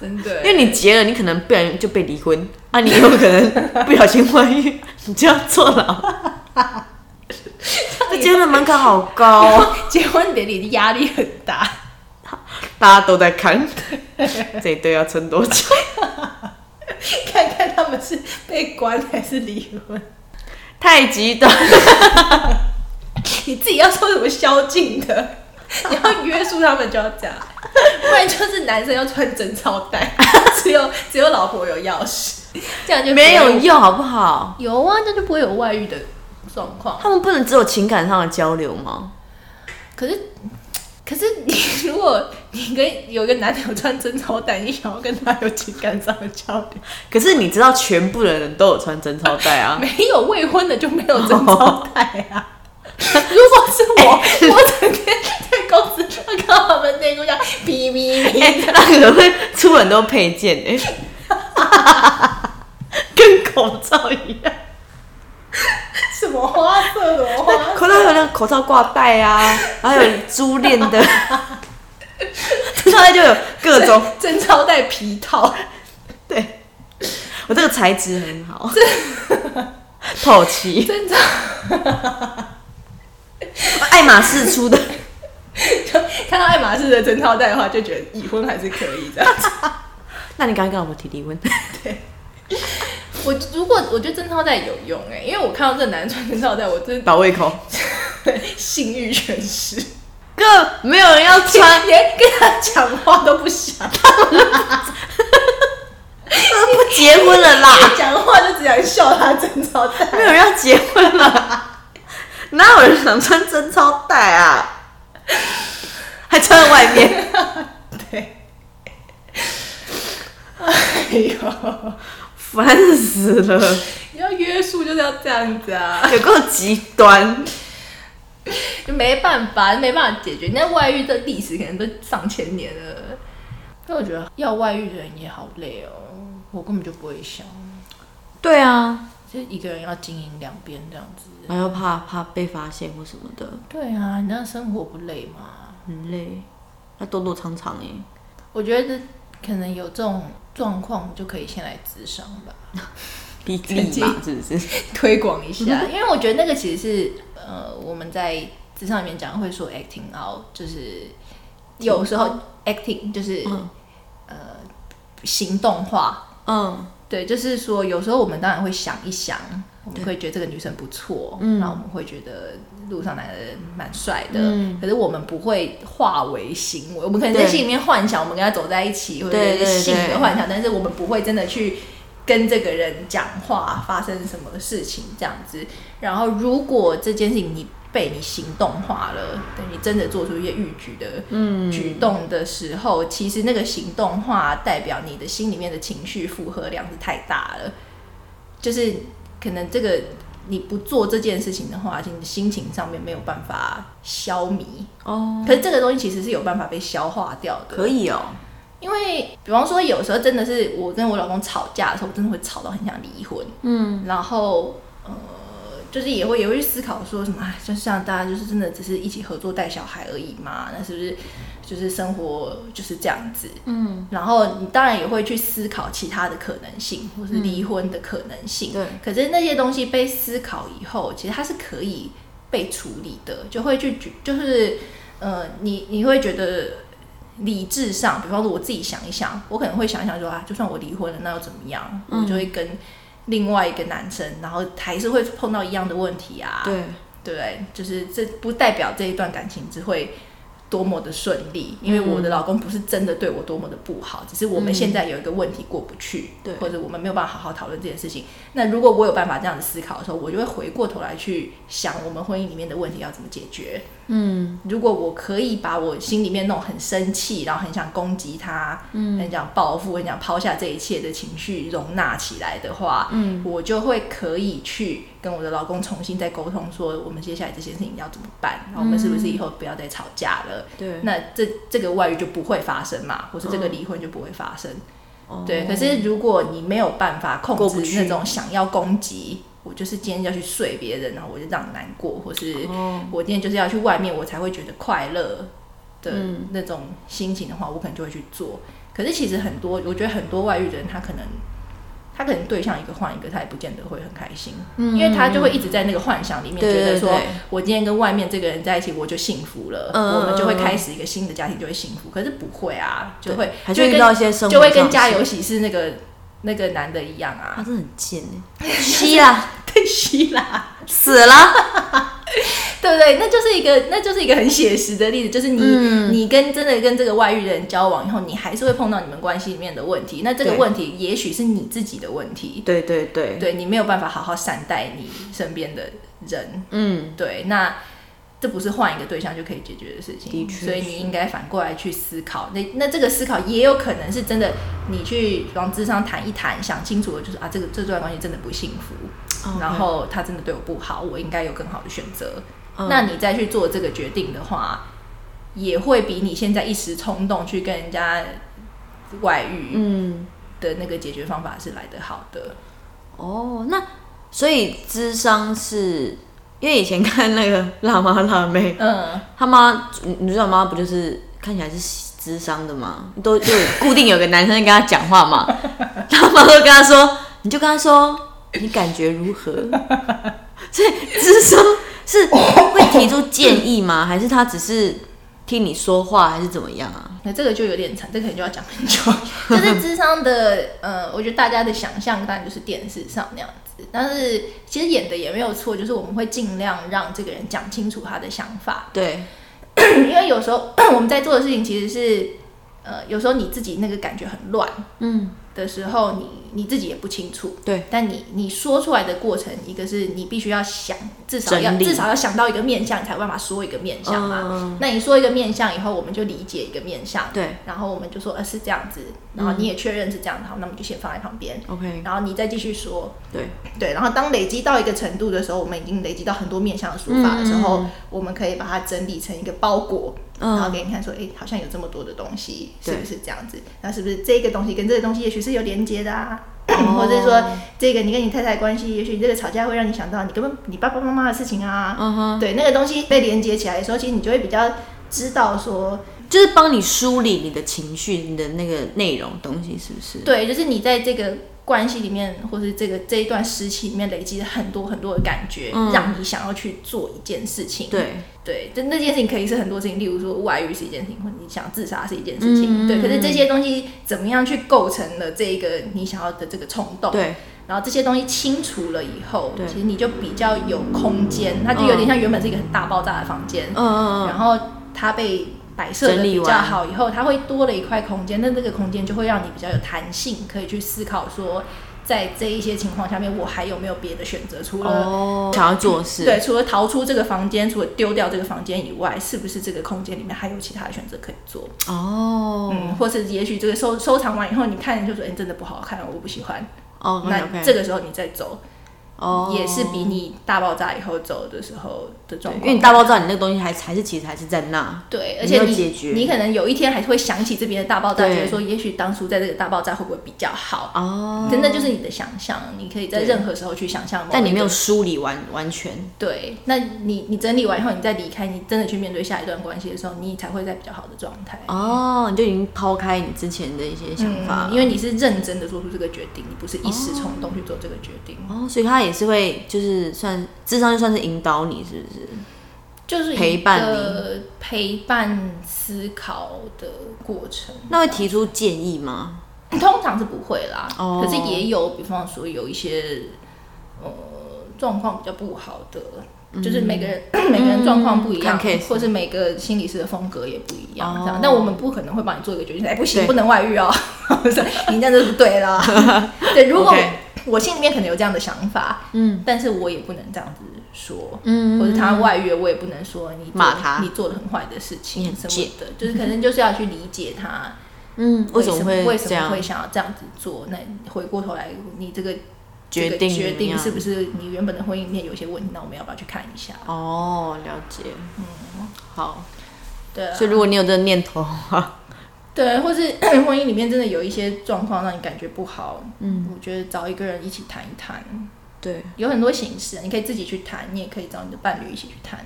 A: 真的。
B: 因为你结了，你可能不然就被离婚啊，你有可能不小心外遇， 你就要坐牢。这结婚的门槛好
A: 哎
B: 高、哦，
A: 结婚典礼的压力很大，
B: 大家都在看， 这一对要撑 多久？
A: 看看他们是被关还是离婚。
B: 太极端，
A: 你自己要说什么宵禁的， 你要约束他们就要这样，不然就是男生要穿贞操带， 只有只有老婆有钥匙，这样就不会
B: 没有用好不好？
A: 有啊，这就不会有外遇的状况。
B: 他们不能只有情感上的交流吗？
A: 可是可是你 如果你跟有一个男友穿贞操带，你想要跟他有情感上的交流，
B: 可是你知道，全部的人都有穿贞操带啊。
A: 没有未婚的就没有贞操带 啊。如果是我，我整天在公司看到他们内裤这样哔哔哔，
B: 哎、 那可能会出门都配件哎、 跟口罩一样，
A: 什么花色什么花
B: 口罩有那个口罩挂带啊，还有珠链的，贞操带就有各种。
A: 色，贞操带皮套，
B: 对，我这个材质很好，透气，
A: 贞操
B: 爱马仕出的。
A: 看到爱马仕的贞操带的话，就觉得已婚还是可以的。
B: 那你赶快跟我们提提问。
A: 我如果我觉得贞操带有用哎、因为我看到这个男人穿贞操带，我真的
B: 保胃口，
A: 性欲全失，
B: 哥没有人要穿，
A: 连跟他讲话都不 想，
B: 不结婚了啦，
A: 讲话就只想笑他贞操
B: 没
A: 带。
B: 有人要结婚了， 哪有人想穿贞操带啊？还穿在外面，
A: 对，哎 呦，
B: 烦死了，
A: 要约束就是要这样子啊，
B: 有够极端。
A: 就没办法，没办法解决。那外遇的历史可能都上千年了，所以我觉得要外遇的人也好累哦，我根本就不会想，
B: 对啊，
A: 就一个人要经营两边这样子。
B: 还要怕怕被发现或什么的，
A: 对啊，你那生活不累吗？
B: 很累，要躲躲藏藏耶。
A: 我觉得可能有这种状况，就可以先来咨商吧，
B: 立
A: 曾
B: 立
A: 经
B: 马是不是？
A: 推广一下。 因为我觉得那个其实是呃，我们在职场里面讲会说 acting out，就是有时候 acting 就是、
B: 嗯
A: 呃行动化，
B: 嗯，
A: 对，就是说，有时候我们当然会想一想，我们会觉得这个女生不错，
B: 嗯
A: 然后我们会觉得路上男人蛮帅的，
B: 嗯
A: 可是我们不会化为行为，我们可能在
B: 对
A: 心里面幻想我们跟他走在一起，或者
B: 对
A: 是
B: 对对
A: 性的幻想，但是我们不会真的去跟这个人讲话，发生什么事情这样子。然后，如果这件事情你被你行动化了，等你真的做出一些逾矩的
B: 嗯
A: 举动的时候，其实那个行动化代表你的心里面的情绪负荷量是太大了，就是可能这个你不做这件事情的话，你的心情上面没有办法消弭。
B: 哦，
A: 可是这个东西其实是有办法被消化掉的，
B: 可以哦，
A: 因为比方说有时候真的是我跟我老公吵架的时候，我真的会吵到很想离婚，
B: 嗯，
A: 然后呃，就是也会也会去思考说什么，哎，就像大家就是真的只是一起合作带小孩而已嘛，那是不是就是生活就是这样子？
B: 嗯，
A: 然后你当然也会去思考其他的可能性，或是离婚的可能性。
B: 对
A: 可是那些东西被思考以后，其实它是可以被处理的，就会去举，就是呃，你你会觉得理智上，比方说我自己想一想，我可能会想一想说啊，就算我离婚了，那又怎么样？我就会跟另外一个男生，然后还是会碰到一样的问题啊，
B: 对，
A: 对不对？就是这不代表这一段感情只会。多么的顺利，因为我的老公不是真的对我多么的不好，只是我们现在有一个问题过不去，
B: 对
A: 或者我们没有办法好好讨论这件事情。那如果我有办法这样子思考的时候，我就会回过头来去想我们婚姻里面的问题要怎么解决。
B: 嗯。
A: 如果我可以把我心里面那种很生气，然后很想攻击他，嗯，很想报复，很想抛下这一切的情绪容纳起来的话，嗯，我就会可以去跟我的老公重新再沟通，说我们接下来这件事情要怎么办，然后我们是不是以后不要再吵架了？
B: 对，
A: 那这这个外遇就不会发生嘛，或是这个离婚就不会发生。
B: 哦
A: 对，可是如果你没有办法控
B: 过不
A: 制
B: 去
A: 那种想要攻击，我就是今天要去睡别人，然后我就让你难过，或是
B: 哦
A: 我今天就是要去外面，我才会觉得快乐的
B: 嗯
A: 那种心情的话，我可能就会去做。可是其实很多，我觉得很多外遇的人，他可能他可能对象一个换一个，他也不见得会很开心，因为他就会一直在那个幻想里面，
B: 嗯对
A: 觉得说
B: 对对
A: 我今天跟外面这个人在一起，我就幸福了，
B: 嗯
A: 我们就会
B: 嗯嗯
A: 开始一个新的家庭，就会幸福。可是不会啊，就会
B: 还
A: 就会
B: 是遇
A: 跟
B: 到一些生活
A: 就会跟
B: 上
A: 家
B: 的
A: 有
B: 事
A: 喜事那个那个男的一样
B: 他
A: 啊，
B: 真的很贱哎， 吸啦，
A: 太稀啦，
B: 死啦，
A: 对不对？那就是一个那就是一个很写实的例子，就是你、
B: 嗯
A: 你跟真的跟这个外遇的人交往以后，你还是会碰到你们关系里面的问题。那这个
B: 对
A: 问题也许是你自己的问题，
B: 对对对，
A: 对你没有办法好好善待你身边的人，
B: 嗯，
A: 对，那这不是换一个对象就可以解决的事情。
B: 的确
A: 所以你应该反过来去思考。那那这个思考也有可能是真的，你去往智商谈一谈，想清楚了，就是啊，这个这段关系真的不幸福。
B: OK
A: 然后他真的对我不好，我应该有更好的选择。
B: 嗯
A: 那你再去做这个决定的话，也会比你现在一时冲动去跟人家外遇
B: 嗯，
A: 的那个解决方法是来得好的。
B: 哦，那所以智商是因为以前看那个辣妈辣妹，
A: 嗯，
B: 他妈女女主角妈不就是看起来是智商的嘛，都就有固定有个男生在跟她讲话嘛，他妈都跟她说，你就跟她说你感觉如何？ 所以智商是会提出建议吗？还是他只是听你说话，还是怎么样啊？
A: 那这个就有点长，这个可能就要讲很 久。就是智商的，呃，我觉得大家的想象当然就是电视上那样子，但是其实演的也没有错，就是我们会尽量让这个人讲清楚他的想法，
B: 对，
A: 因为有时候 我们在做的事情其实是，呃，有时候你自己那个感觉很乱
B: 嗯，
A: 的时候，你你自己也不清楚，
B: 对，
A: 但你你说出来的过程，一个是你必须要想，至少要
B: 整理
A: 至少要想到一个面相，才有办法说一个面相嘛。
B: 嗯
A: 那你说一个面相以后，我们就理解一个面相，
B: 对嗯
A: 然后我们就说呃是这样子，然后你也确认是这样，好，那我们就先放在旁边，
B: ，OK，
A: 然后你再继续说，
B: 对，
A: 对，然后当累积到一个程度的时候，我们已经累积到很多面向的说法的时候，我们可以把它整理成一个包裹，
B: 嗯
A: 然后给你看说，哎，好像有这么多的东西，是
B: 对
A: 不是这样子？那是不是这个东西跟这个东西也许是有连接的啊？
B: 哦
A: 或者是说，这个你跟你太太关系，也许你这个吵架会让你想到你跟你爸爸妈妈的事情啊，
B: 嗯哼，
A: 对，那个东西被连接起来的时候，其实你就会比较知道说，
B: 就是帮你梳理你的情绪、你的那个内容东西，是不是？
A: 对，就是你在这个关系里面，或是这个这一段时期里面累积了很多很多的感觉，
B: 嗯
A: 让你想要去做一件事情。
B: 对，
A: 对，就那件事情可以是很多事情，例如说外遇是一件事情，或者你想自杀是一件事情。
B: 嗯
A: 对，可是这些东西怎么样去构成了这一个你想要的这个冲动？
B: 对，
A: 然后这些东西清除了以后，
B: 对
A: 其实你就比较有空间，它就有点
B: 嗯
A: 像原本是一个很大爆炸的房间，
B: 嗯嗯
A: 然后它被摆设的
B: 整理
A: 比
B: 完
A: 较好以后，它会多了一块空间，那这个空间就会让你比较有弹性，可以去思考说，在这一些情况下面，我还有没有别的选择？除
B: 嗯，
A: 了、
B: 哦，想要做事，
A: 对，除了逃出这个房间，除了丢掉这个房间以外，是不是这个空间里面还有其他的选择可以做？
B: 哦
A: 嗯，或是也许这个收收藏完以后，你看就说，哎、真的不好看，我不喜欢。
B: 哦，
A: 那
B: OK，OK
A: 这个时候你再走，
B: 哦
A: 也是比你大爆炸以后走的时候的状
B: 因
A: 况，
B: 为你大爆炸，你那个东西还还是其实还是在那，
A: 对，而
B: 你
A: 且
B: 有
A: 你
B: 解决
A: 你可能有一天还是会想起这边的大爆炸，
B: 对
A: 觉得说，也许当初在这个大爆炸会不会比较好？
B: 哦，
A: 真的就是你的想象，你可以在
B: 对
A: 任何时候去想象某一个。
B: 但你没有梳理完完全，
A: 对，那你你整理完以后，你再离开，你真的去面对下一段关系的时候，你才会在比较好的状态。
B: 哦，你就已经抛开你之前的一些想法了，
A: 嗯因为你是认真的做出这个决定，你不是一时冲动去做这个决定，
B: 哦，所以他也是会就是算智商就算是引导你，是不是？
A: 就是一个
B: 陪伴你
A: 陪伴思考的过程。
B: 那会提出建议吗？
A: 通常是不会啦，
B: 哦
A: 可是也有，比方说有一些呃状况比较不好的，
B: 嗯
A: 就是每个人、 每个人状况不一样，
B: 看 case
A: 或是每个心理师的风格也不一样，
B: 嗯哦
A: 这样。但我们不可能会帮你做一个决定，哎，不行，
B: 对
A: 不能外遇哦， 你这样就不对 啦。对，如果
B: OK
A: 我心里面可能有这样的想法，
B: 嗯
A: 但是我也不能这样子说，
B: 嗯
A: 或者他外遇，我也不能说你做
B: 骂他
A: 你做了很坏的事情
B: 你很
A: 什么
B: 贱
A: 的，就是可能就是要去理解他。
B: 嗯，为什么
A: 为
B: 会
A: 什
B: 这
A: 么
B: 样
A: 会想要这样子做？那回过头来，你这个
B: 决
A: 这
B: 定啊
A: 个决
B: 怎么
A: 定
B: 样
A: 是不是你原本的婚姻里面有些问题？那我们要不要去看一下？
B: 哦，了解，嗯，好，
A: 对啊
B: 所，以如果你有这个念头的话，
A: 对，啊或是 婚姻里面真的有一些状况让你感觉不好，嗯，我觉得找一个人一起谈一谈，
B: 对，
A: 有很多形式，啊你可以自己去谈，你也可以找你的伴侣一起去谈。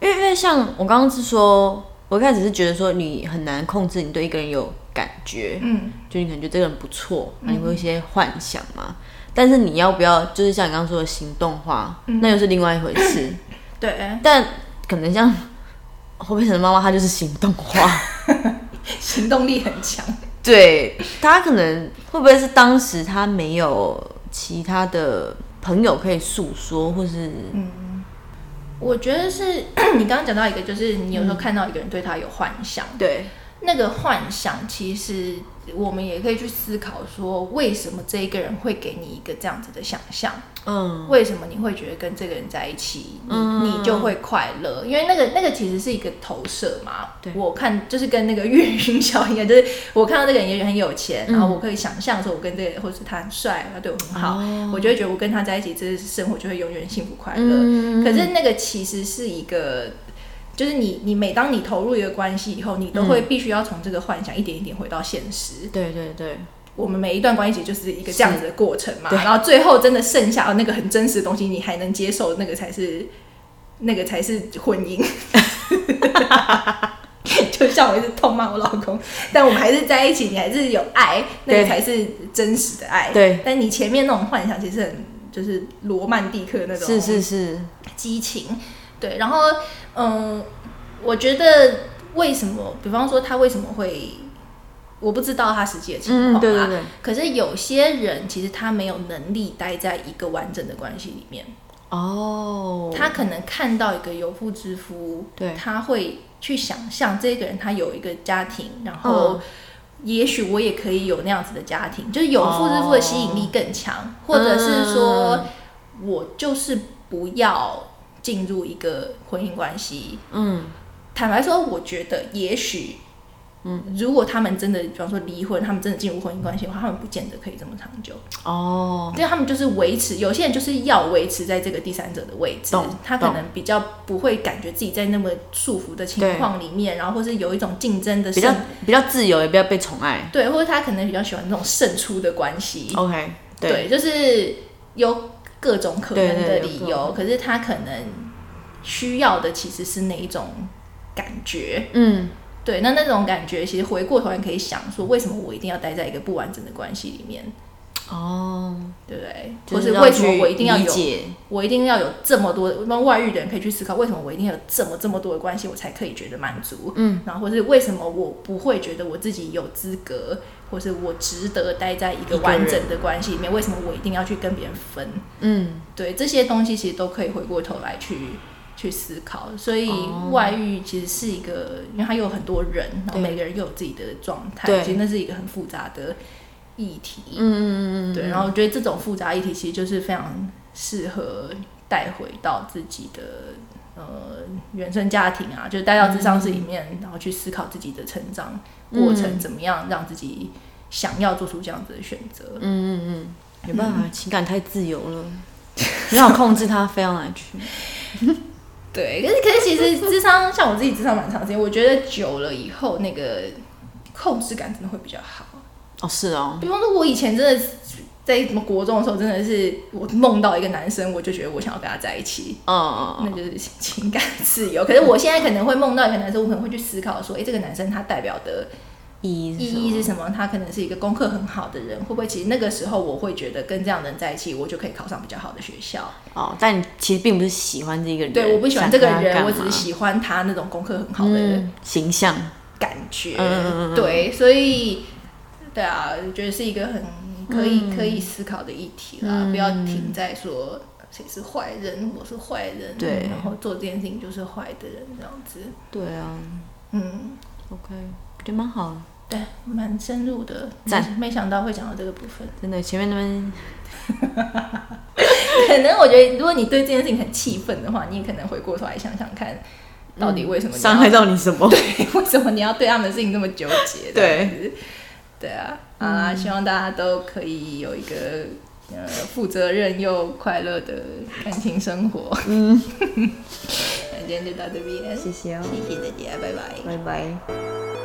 B: 因为因为像我刚刚是说，我一开始是觉得说你很难控制你对一个人有感觉，
A: 嗯，
B: 就你可能觉得这个人不错，那你会有一些幻想嘛。但是你要不要就是像你刚刚说的行动化，那又是另外一回事。
A: 对，啊
B: 但可能像侯佩岑的妈妈，她就是行动化，
A: 行动力很强。
B: 对她可能会不会是当时她没有其他的朋友可以诉说，或是
A: 我觉得是 你刚刚讲到一
B: 嗯
A: 个，就是你有时候看到一个人对他有幻想，
B: 对
A: 那个幻想其实我们也可以去思考说，为什么这一个人会给你一个这样子的想象？
B: 嗯，
A: 为什么你会觉得跟这个人在一起，你、你就会快乐？因为那个那个其实是一个投射嘛。
B: 对
A: 我看就是跟那个月晕效应一样， 就是我看到这个人也许很有
B: 嗯
A: 钱，然后我可以想象说，我跟这个或者是他很帅，他对我很好，
B: 哦
A: 我就会觉得我跟他在一起，这生活就会永远幸福快乐。
B: 嗯
A: 可是那个其实是一个。就是你，你每当你投入一个关系以后，你都会
B: 嗯
A: 必须要从这个幻想一点一点回到现实。
B: 对对对，
A: 我们每一段关系就是一个这样子的过程嘛，然后最后真的剩下哦那个很真实的东西，你还能接受，那个才是那个才是婚姻。 就像我一直痛骂我老公，但我们还是在一起，你还是有爱，那个
B: 对
A: 才是真实的爱。
B: 对
A: 但你前面那种幻想其实很就是罗曼蒂克那种，
B: 是是是，
A: 激情。对，然后嗯，我觉得为什么，比方说他为什么会，我不知道他实际的情况、啊
B: 嗯，对对对。
A: 可是有些人其实他没有能力待在一个完整的关系里面，
B: 哦，
A: 他可能看到一个有妇之夫，
B: 对
A: 他会去想象这个人他有一个家庭，然后
B: 嗯
A: 也许我也可以有那样子的家庭，就是有妇之夫的吸引力更强，
B: 哦
A: 或者是
B: 嗯
A: 说我就是不要进入一个婚姻关系。
B: 嗯
A: 坦白说，我觉得也许。嗯，如果他们真的，比方说离婚，他们真的进入婚姻关系的话，他们不见得可以这么长久。
B: 哦，
A: 因为他们就是维持，有些人就是要维持在这个第三者的位置
B: 懂，
A: 他可
B: 懂
A: 能比较不会感觉自己在那么束缚的情
B: 对
A: 况里面，然后或是有一种竞争的
B: 比较
A: 胜，
B: 比较自由，也比较被宠爱。
A: 对，或者他可能比较喜欢那种胜出的关系，
B: OK，对哦
A: 对，就是有各种可能的
B: 对对有
A: 理
B: 各
A: 由，
B: 种
A: 可是他可能需要的其实是那一种感觉，
B: 嗯，
A: 对，那那种感觉其实回过头来可以想说，为什么我一定要待在一个不完整的关系里面，
B: 哦，
A: 对不对？
B: 就
A: 或
B: 是
A: 是
B: 要
A: 为什
B: 去
A: 么我一定要
B: 理
A: 有
B: 解，
A: 我一定要有这么多，那外遇的人可以去思考，为什么我一定要有这么这么多的关系，我才可以觉得满足？
B: 嗯，
A: 然后或是为什么我不会觉得我自己有资格，或是我值得待在一个
B: 一个
A: 完
B: 人
A: 整的关系里面？为什么我一定要去跟别人分？
B: 嗯，
A: 对，这些东西其实都可以回过头来去去思考。所以
B: 哦
A: 外遇其实是一个，因为它有很多人，然后
B: 对
A: 每个人又有自己的状态，
B: 对
A: 其实那是一个很复杂的议题。
B: 嗯嗯嗯嗯，
A: 对，然后我觉得这种复杂议题其实就是非常适合带回到自己的呃原生家庭啊，就是带到智商室
B: 嗯
A: 里面，然后去思考自己的成长过程，怎么样让自己想要做出这样子的选择。嗯，
B: 没办法，情感太自由了，没有控制它飞到哪去。
A: 对。可是可是其实智商像我自己智商蛮长时间，我觉得久了以后那个控制感真的会比较好。
B: 哦，是哦，
A: 比方说，我以前真的是在什么国中的时候，真的是我梦到一个男生，我就觉得我想要跟他在一起。
B: 嗯
A: 那就是情 感自由。可是我现在可能会梦到一个男生，我可能会去思考说，诶，这个男生他代表的
B: 意义
A: 意
B: 是
A: 义
B: 什
A: 是
B: 么
A: 什么？他可能是一个功课很好的人，会不会其实那个时候我会觉得跟这样的人在一起，我就可以考上比较好的学校？
B: 哦，但你其实并不是喜欢这个人，
A: 对，我不喜欢
B: 想
A: 这个
B: 跟他干
A: 人，
B: 嘛
A: 我只是喜欢他那种功课很好的人
B: 嗯形象，
A: 感觉。
B: 嗯嗯嗯
A: 对，所以对啊，我觉得是一个很可以、
B: 嗯
A: 可以思考的议题啦，不要停在说。谁是坏人？我是坏人。
B: 对
A: 然后做这件事情就是坏的人，这样子。
B: 对啊
A: 嗯，
B: ，OK，觉得蛮好的，
A: 对，蛮深入的，
B: 赞
A: 没没想到会讲到这个部分。
B: 真的，前面那边
A: 可能我觉得，如果你对这件事情很气愤的话，你也可能回过头来想想看，到底为什么你要
B: 嗯伤害到你什么？
A: 为什么你要对他们的事情这么纠结？
B: 对
A: 这样子，对啊，啊，希望大家都可以有一个呃负责任又快乐的感情生活。嗯， 那今天就到这边，
B: 谢谢哦
A: 谢谢大家，拜拜。
B: 拜拜。